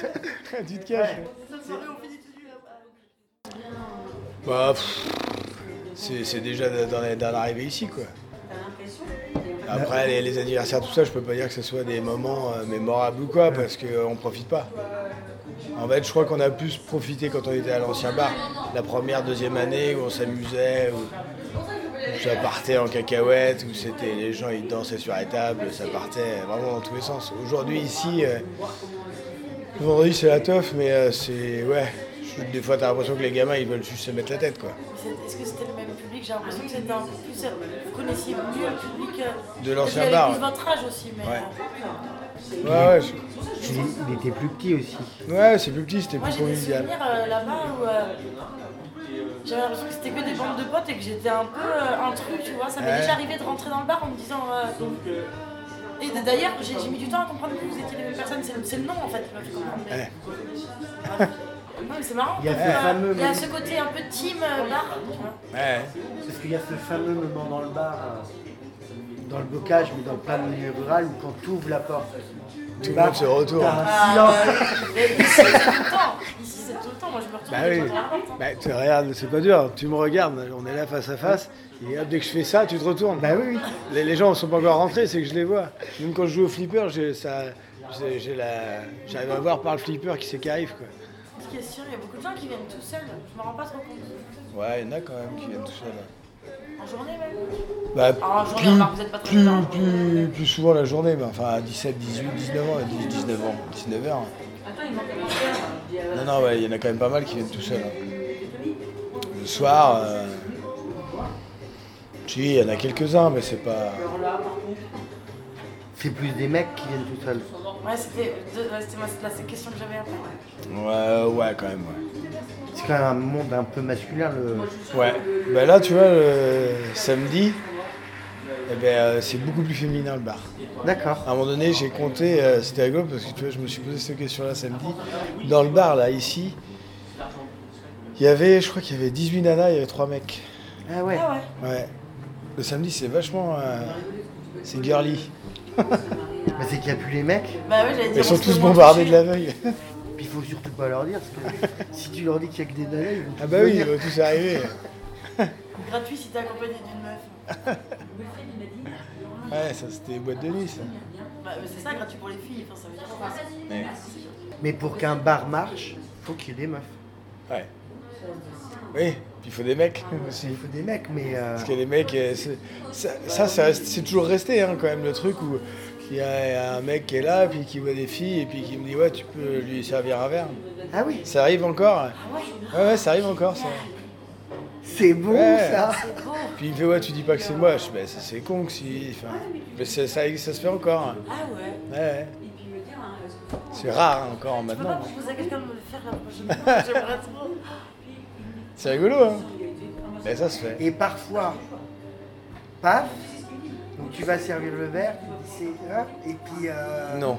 S2: tu te caches. hein.
S3: Cette soirée, on finit tout de suite après.
S2: Bah, pff, c'est c'est déjà dans, les- dans l'arrivée ici, quoi. Après, les, les anniversaires, tout ça, je peux pas dire que ce soit des moments euh, mémorables ou quoi, parce qu'on profite pas. En fait, je crois qu'on a plus profité quand on était à l'ancien bar. La première, deuxième année où on s'amusait, où, où ça partait en cacahuète, où c'était les gens ils dansaient sur la table, ça partait vraiment dans tous les sens. Aujourd'hui, ici, euh, vendredi c'est la teuf, mais euh, c'est. Ouais. je- Des fois, t'as l'impression que les gamins ils veulent juste se mettre la tête, quoi.
S3: C'est- Est-ce que c'était le même public J'ai l'impression que c'était un peu plus. euh, Vous connaissiez mieux le public. euh,
S2: De l'ancien
S3: il y avait
S2: bar,
S3: plus
S2: ouais.
S3: votre âge aussi, mais.
S2: Ouais.
S3: euh,
S2: Ouais, ouais, je-
S1: Il, il était plus petit aussi.
S2: ouais c'est plus petit, c'était
S3: Moi
S2: plus
S3: j'ai des
S2: convivial.
S3: souvenirs euh, là-bas où. euh, J'avais l'impression que c'était que des bandes de potes et que j'étais un peu euh, intrus, tu vois. Ça m'est
S2: Ouais.
S3: déjà arrivé de rentrer dans le bar en me disant. euh, Et d'ailleurs, j'ai j'ai mis du temps à comprendre que vous étiez les mêmes personnes. C'est le- C'est le nom en fait qui m'a fait comprendre. mais-
S2: Ouais.
S3: Non, mais c'est marrant.
S1: Il y a
S3: comme,
S1: ce fameux
S3: Il y a
S1: moment.
S3: ce côté un peu team euh, bar, tu vois.
S2: Ouais.
S1: Parce qu'il y a ce fameux moment dans le bar, euh, dans le bocage, mais dans plein de milieu rural, où quand tu ouvres la porte,
S2: Tout le
S1: bah,
S2: monde se retourne.
S1: t'as un
S3: Ah,
S1: silence.
S3: ouais. Mais ici, c'est tout le temps. Ici, c'est tout le temps. Moi, je me retrouve
S2: Bah
S3: avec
S2: oui.
S3: toi dans la porte, hein.
S2: Bah, tu regardes, c'est pas dur. hein. Tu me regardes, on est là face à face. Et hop, dès que je fais ça, tu te retournes.
S1: Bah oui, oui.
S2: Les, les gens ne sont pas encore rentrés, c'est que je les vois. Même quand je joue au flipper, j'ai ça, j'ai- j'ai la, j'arrive à voir par le flipper qui c'est qui arrive. Quoi.
S3: hein. Ce qui est sûr, il y a beaucoup de gens qui viennent tout seuls. Je me rends pas trop compte.
S2: Ouais, il y en a quand même qui viennent tout seuls.
S3: En journée, même.
S2: Bah,
S3: Ah, j'en ai
S2: plus,
S3: marre, vous êtes pas très
S2: plus,
S3: tard.
S2: plus, plus souvent la journée, mais enfin à 17, 18, 19 ans, 10, 19 ans, 19 heures. hein.
S3: Attends, il manque un peu
S2: Non, non, ouais, il y en a quand même pas mal qui viennent tout seuls. hein. Le soir, euh, si, il y en a quelques-uns, mais c'est pas.
S1: C'est plus des mecs qui viennent tout seuls.
S3: Ouais, c'était de- ouais, c'était moi, c'est la c'est la question que j'avais après.
S2: Ouais, ouais, quand même, ouais.
S1: C'est quand même un monde un peu masculin. Le...
S2: Ouais. Bah là, tu vois, le samedi, eh ben, euh, c'est beaucoup plus féminin le bar.
S1: D'accord.
S2: À un moment donné, j'ai compté, euh, c'était rigolo parce que tu vois, je me suis posé cette question-là samedi. Dans le bar, là, ici, il y avait, je crois qu'il y avait 18 nanas, il y avait 3 mecs.
S1: Ah ouais.
S3: Ah ouais.
S2: Ouais. Le samedi, c'est vachement. euh, c'est girly.
S1: Bah, c'est qu'il n'y a plus les mecs.
S3: Bah ouais, j'allais dire.
S2: Ils sont
S3: on se
S2: tous
S3: demande
S2: bombardés
S3: qui
S2: de la veille.
S1: Puis il faut surtout pas leur dire, parce que si tu leur dis qu'il y a que des nanas, ils vont
S2: Ah
S1: tous
S2: bah oui, ils
S1: venir.
S2: vont tous arriver.
S3: je suis. Gratuit si t'es accompagné d'une meuf.
S2: Ouais, ça c'était boîte de nuit ça.
S3: Bah, mais c'est ça, gratuit pour les filles. Enfin, ça veut dire quoi
S2: Ouais.
S1: Mais pour qu'un bar marche, faut qu'il y ait des meufs.
S2: Oui, puis il faut des mecs aussi.
S1: Il faut des mecs, mais euh,
S2: Parce que les mecs, euh, c'est- ça, ça, ça reste- c'est toujours resté hein, quand même le truc où Il y a un mec qui est là, puis qui voit des filles, et puis qui me dit Ouais, tu peux lui servir un verre.
S1: Ah oui,
S2: Ça arrive encore
S3: Ah ouais,
S2: Ouais, ouais, ça arrive encore ça.
S1: c'est bon
S2: Ouais.
S1: ça.
S3: c'est beau.
S2: Puis il me fait Ouais, tu dis pas que c'est moi. Je dis Bah, ça, c'est con que si. Enfin, mais ça, ça, ça se fait encore.
S3: Ah
S2: Ouais,
S3: ouais.
S2: ouais. hein, C'est rare hein, encore
S3: Je peux pas
S2: maintenant.
S3: proposer à quelqu'un de me le faire la prochaine fois. J'aimerais trop.
S2: C'est rigolo, hein Mais ça se fait.
S1: Et parfois, paf, donc tu vas servir le verre, tu dis c'est hop, et puis. euh,
S2: Non.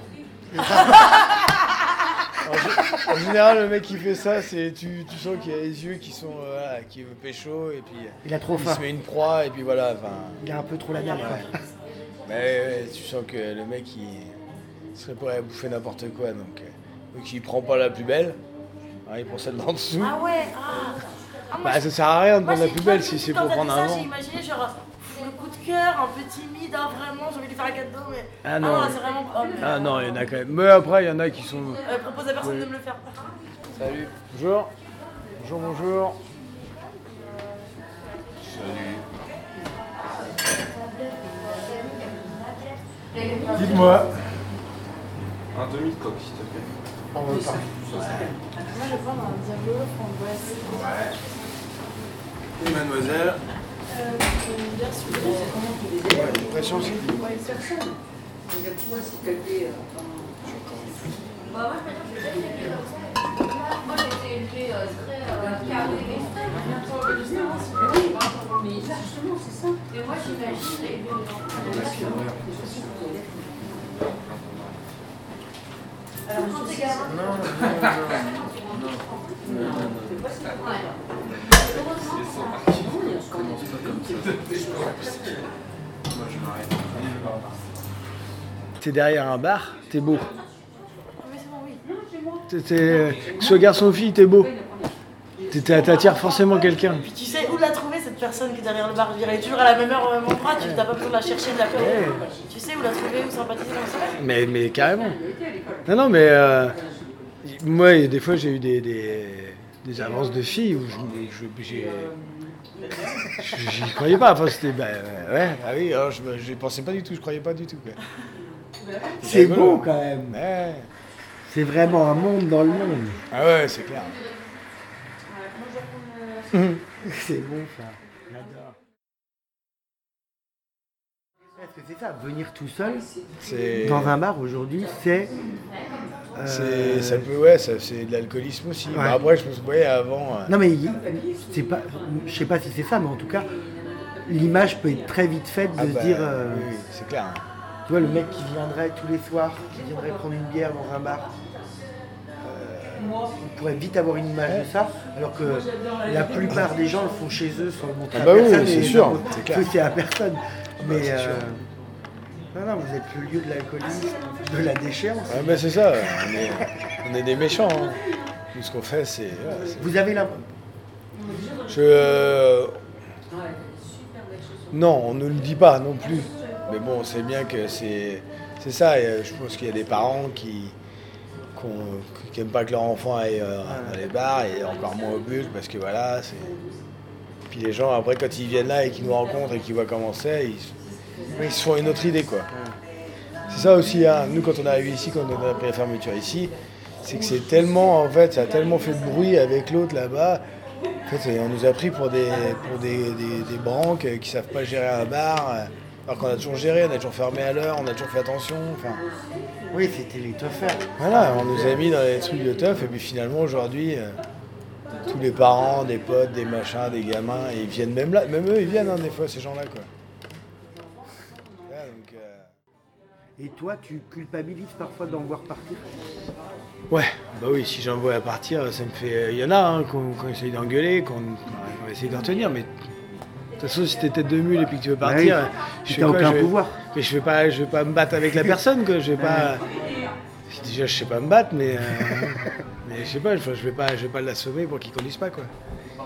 S2: en, gé- en général, le mec qui fait ça, c'est tu, tu sens qu'il a les yeux qui sont euh, voilà, qui veut pécho et puis
S1: Il a trop
S2: il
S1: faim.
S2: se met une proie et puis voilà. Enfin,
S1: Il a un peu trop la dalle. ouais.
S2: mais ouais, tu sens que le mec il serait prêt à bouffer n'importe quoi donc euh, donc il prend pas la plus belle. hein, il prend celle d'en dessous.
S3: Ah ouais. Ah. Ah, moi,
S2: Bah ça sert à rien de
S3: Moi,
S2: prendre la
S3: j'ai
S2: plus
S3: plein de
S2: belle si
S3: trucs.
S2: c'est
S3: Quand
S2: pour
S3: t'as
S2: prendre
S3: dit ça,
S2: un
S3: J'ai
S2: vent.
S3: imaginé genre le coup de cœur, un peu timide, hein, vraiment, j'ai envie de lui faire un cadeau, mais.
S2: Ah non.
S3: c'est vraiment. oh, mais-
S2: Ah non, il y en a quand même. Mais après, il y en a qui sont.
S3: Euh, propose à personne de me le faire.
S2: Salut. Bonjour. Bonjour, bonjour. Salut. Dites-moi.
S4: Un demi de coque, s'il te plaît.
S3: Moi, je prends un diablo framboise.
S4: Oui, mademoiselle.
S5: Moi j'ai été élevée euh, très euh, carrée et straight. Mais justement, c'est ça. Et moi j'imagine les deux Alors, quand t'es gamin,
S2: T'es derrière un bar, t'es beau.
S3: Ah, Mais c'est bon, oui.
S2: T'es- t'es- Que ce soit garçon ou fille, t'es beau. T'es- t'es- T'attires forcément quelqu'un.
S3: Puis tu sais où la trouver cette personne qui est derrière le bar, elle est toujours à la même heure au même endroit, tu t'as pas besoin de la chercher, de la faire.
S2: Ouais.
S3: Tu sais où la trouver, où sympathiser comme ça.
S2: Mais, mais carrément. Non, non, mais euh, moi, des fois, j'ai eu des, des, des avances de filles où je, je- j'ai- j'y croyais pas. Enfin, c'était, bah, ouais, ah oui, alors, je, me- j'y pensais pas du tout, je croyais pas du tout. quoi.
S1: C'est
S2: rigolo. hein.
S1: beau quand même.
S2: Ouais.
S1: C'est vraiment un monde dans le monde.
S2: Ah ouais, c'est clair.
S1: C'est bon ça. J'adore. Parce que c'est ça, venir tout seul
S2: C'est,
S1: dans un bar aujourd'hui, c'est. euh,
S2: c'est, ça peut, ouais, ça- c'est de l'alcoolisme aussi.
S1: Ouais.
S2: Bah, après, je me souviens avant. euh,
S1: Non mais il- c'est pas, je sais pas si c'est ça, mais en tout cas, l'image peut être très vite faite de
S2: ah
S1: se
S2: bah,
S1: dire, euh,
S2: oui, oui, c'est clair. hein.
S1: tu vois, le mec qui viendrait tous les soirs, qui viendrait prendre une bière dans un bar, euh, on pourrait vite avoir une image de ça, alors que la plupart des gens le font chez eux sans le montrer
S2: Ah bah
S1: à
S2: oui,
S1: personne.
S2: c'est
S1: et
S2: sûr,
S1: non,
S2: c'est clair. Ah bah
S1: c'est à personne. mais
S2: c'est sûr.
S1: euh, non, non, vous êtes le lieu de l'alcoolisme, de la déchéance.
S2: Ouais, bah, c'est ça, on est, on est des méchants. hein. Nous, ce qu'on fait, c'est. ouais, c'est-
S1: Vous avez la.
S2: Je. euh, Non, on ne le dit pas non plus. Mais bon, on sait bien que c'est. C'est ça, et, euh, je pense qu'il y a des parents qui n'aiment pas que leur enfant aille euh, dans les bars et encore moins au bulles parce que voilà, c'est. Puis les gens, après, quand ils viennent là et qu'ils nous rencontrent et qu'ils voient comment c'est, ils, se- ils se font une autre idée quoi. C'est ça aussi, hein. nous quand on est arrivé ici, quand on a pris la fermeture ici, c'est que c'est tellement, en fait, ça a tellement fait de bruit avec l'autre là-bas. En fait, on nous a pris pour des, pour des, des, des branques qui savent pas gérer un bar, euh, alors qu'on a toujours géré, on a toujours fermé à l'heure, on a toujours fait attention. Enfin,
S1: Oui, c'était les toffeurs.
S2: voilà, on nous a mis dans les trucs de teuf, et puis finalement aujourd'hui, euh, tous les parents, des potes, des machins, des gamins, ils viennent même là, même eux ils viennent hein, des fois, ces gens-là quoi. Ouais, donc, euh,
S1: Et toi, tu culpabilises parfois d'en voir partir
S2: Ouais, bah oui, si j'en vois à partir, ça me fait. Il y en a hein, qu'on qu'on essaye d'engueuler, qu'on qu'on essaye d'en tenir, mais. De toute façon, si t'es tête de mule et puis que tu veux partir,
S1: Bah oui,
S2: je
S1: tu
S2: fais
S1: t'as
S2: quoi,
S1: aucun
S2: je vais-
S1: pouvoir.
S2: Mais je vais pas, je vais pas me battre avec la personne, quoi. Je vais pas. Déjà, je sais pas me battre, mais. euh, mais je sais pas, je, je vais pas, je vais pas l'assommer pour qu'il conduise pas, quoi.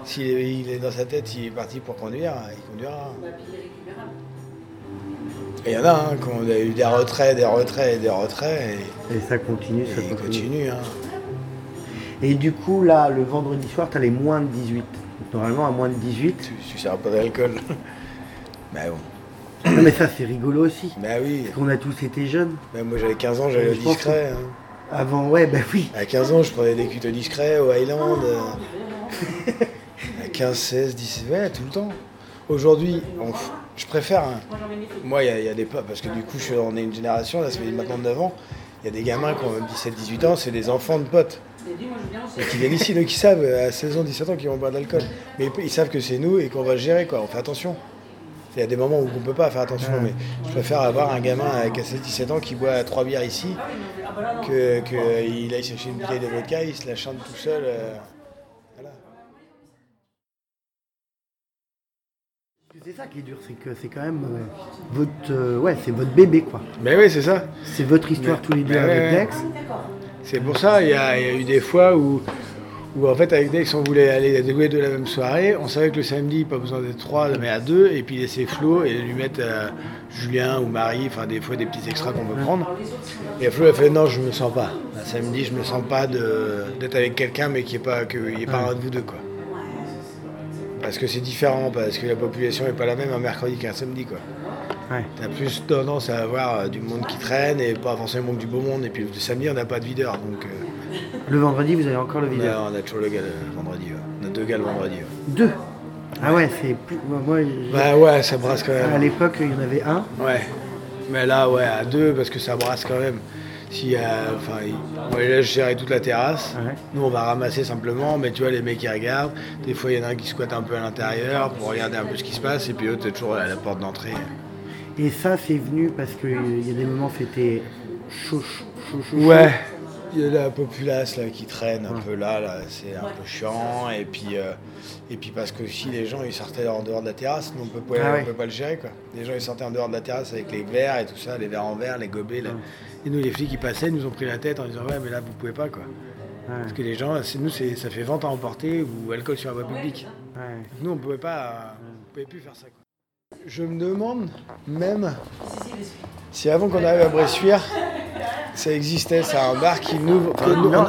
S2: S'il est- il est dans sa tête, s'il est parti pour conduire, il conduira. Et il y en a, hein, qu'on a eu des retraits, des retraits, des retraits, et,
S1: Et ça continue,
S2: et ils continuent, hein.
S1: Et du coup, là, le vendredi soir, t'as les moins de 18. Donc, Normalement, à moins de 18,
S2: Tu, tu sers pas d'alcool. Mais Ben bon.
S1: Non, mais ça, c'est rigolo aussi.
S2: Bah oui,
S1: Parce qu'on a tous été jeunes.
S2: Bah, moi j'avais 15 ans, j'allais au
S1: Je pense
S2: discret. hein.
S1: Avant, ouais, bah oui.
S2: À 15 ans, je prenais des cuites au discret, au Highland. euh, à 15, 16, 17, ouais, tout le temps. Aujourd'hui, on f- je préfère. hein. Moi, il y a- il y, a des pas, parce que du coup, je suis, on est une génération, là, ça fait maintenant 9 ans. Il y a des gamins qui ont 17, 18 ans, c'est des enfants de potes. Et qui viennent ici, donc ils savent euh, à 16 ans, 17 ans qu'ils vont boire de l'alcool. Mais ils savent que c'est nous et qu'on va gérer, quoi. On fait attention. Il y a des moments où on ne peut pas faire attention, mais je préfère avoir un gamin à 17 ans qui boit trois bières ici que qu'il aille chercher une bouteille de vodka, il se la chante tout seul. euh, voilà.
S1: C'est ça qui est dur, c'est que c'est quand même euh, votre, euh, ouais, c'est votre bébé quoi.
S2: Mais oui, c'est ça.
S1: C'est votre histoire
S2: Mais-
S1: tous les deux
S2: mais
S1: avec
S2: ouais,
S1: Dex.
S2: C'est pour ça, il y, a il y a eu des fois où, où, en fait, avec Dex, on voulait aller à tous les deux la même soirée. On savait que le samedi, pas besoin d'être trois, mais à deux, et puis laisser Flo et lui mettre euh, Julien ou Marie, enfin, des fois des petits extras qu'on peut prendre. Et Flo a fait non, je me sens pas. Un samedi, je me sens pas de- d'être avec quelqu'un, mais qu'il n'y ait pas, qu'il y ait pas un de vous deux, quoi. Parce que c'est différent, parce que la population n'est pas la même un mercredi qu'un samedi, quoi.
S1: Ouais.
S2: T'as plus tendance à avoir euh, du monde qui traîne et pas forcément que du beau monde. Et puis le samedi, on n'a pas de videur, donc euh,
S1: Le vendredi, vous avez encore le
S2: on,
S1: vidéo.
S2: a, on a toujours le gars le vendredi. ouais. On a deux gars le vendredi. ouais.
S1: Deux. Ah ouais, c'est plus. Moi, moi, j'ai-
S2: Bah ouais, ça brasse quand
S1: à
S2: même.
S1: l'époque, il y en avait un.
S2: Ouais. Mais là, ouais, à deux, parce que ça brasse quand même. Si, euh, enfin, il- moi, là, je gérais toute la terrasse.
S1: Ouais.
S2: Nous, on va ramasser simplement, mais tu vois, les mecs qui regardent. Des fois, il y en a un qui squatte un peu à l'intérieur pour regarder un peu ce qui se passe. Et puis, l'autre, t'es toujours à la porte d'entrée.
S1: Et ça, c'est venu parce qu'il y a des moments, c'était chaud, chaud, chaud, chaud.
S2: Ouais. Il y a la populace là, qui traîne un peu là, là c'est un peu chiant. Et puis, euh, et puis parce que aussi les gens ils sortaient en dehors de la terrasse, nous on peut pas,
S1: Ah ouais.
S2: on peut pas le gérer quoi. Les gens ils sortaient en dehors de la terrasse avec les verres et tout ça, les verres en verre, les gobelets. là. Et nous les flics ils passaient, ils nous ont pris la tête en disant ouais mais là vous pouvez pas quoi.
S1: Ouais,
S2: Parce que les gens, c'est nous c'est- ça fait vente à emporter ou alcool sur la voie publique.
S1: ouais.
S2: Nous on pouvait pas, euh, on pouvait plus faire ça quoi. Je me demande même si avant qu'on arrive à Bressuire, ça existait, ça, un bar qui n'ouvre. enfin, nous, on,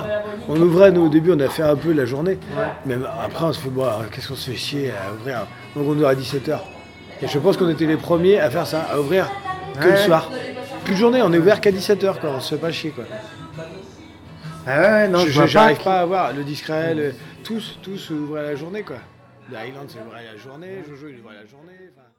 S2: on ouvrait, nous, au début, on a fait un peu la journée. Mais après, on se fait, bon, alors, qu'est-ce qu'on se fait chier à ouvrir hein Donc, on ouvre à 17h. Et je pense qu'on était les premiers à faire ça, à ouvrir que le
S1: Ouais.
S2: soir. Plus de journée, on est ouvert qu'à 17h, quoi. On se fait pas chier, quoi.
S1: Ah ouais, ouais, non, je,
S2: Je-
S1: vois
S2: je- J'arrive
S1: pas.
S2: pas à voir le discret, le- tous, tous ouvrent à la journée, quoi. Le Highland, c'est ouvert à la journée, Jojo, il ouvre à la journée. enfin.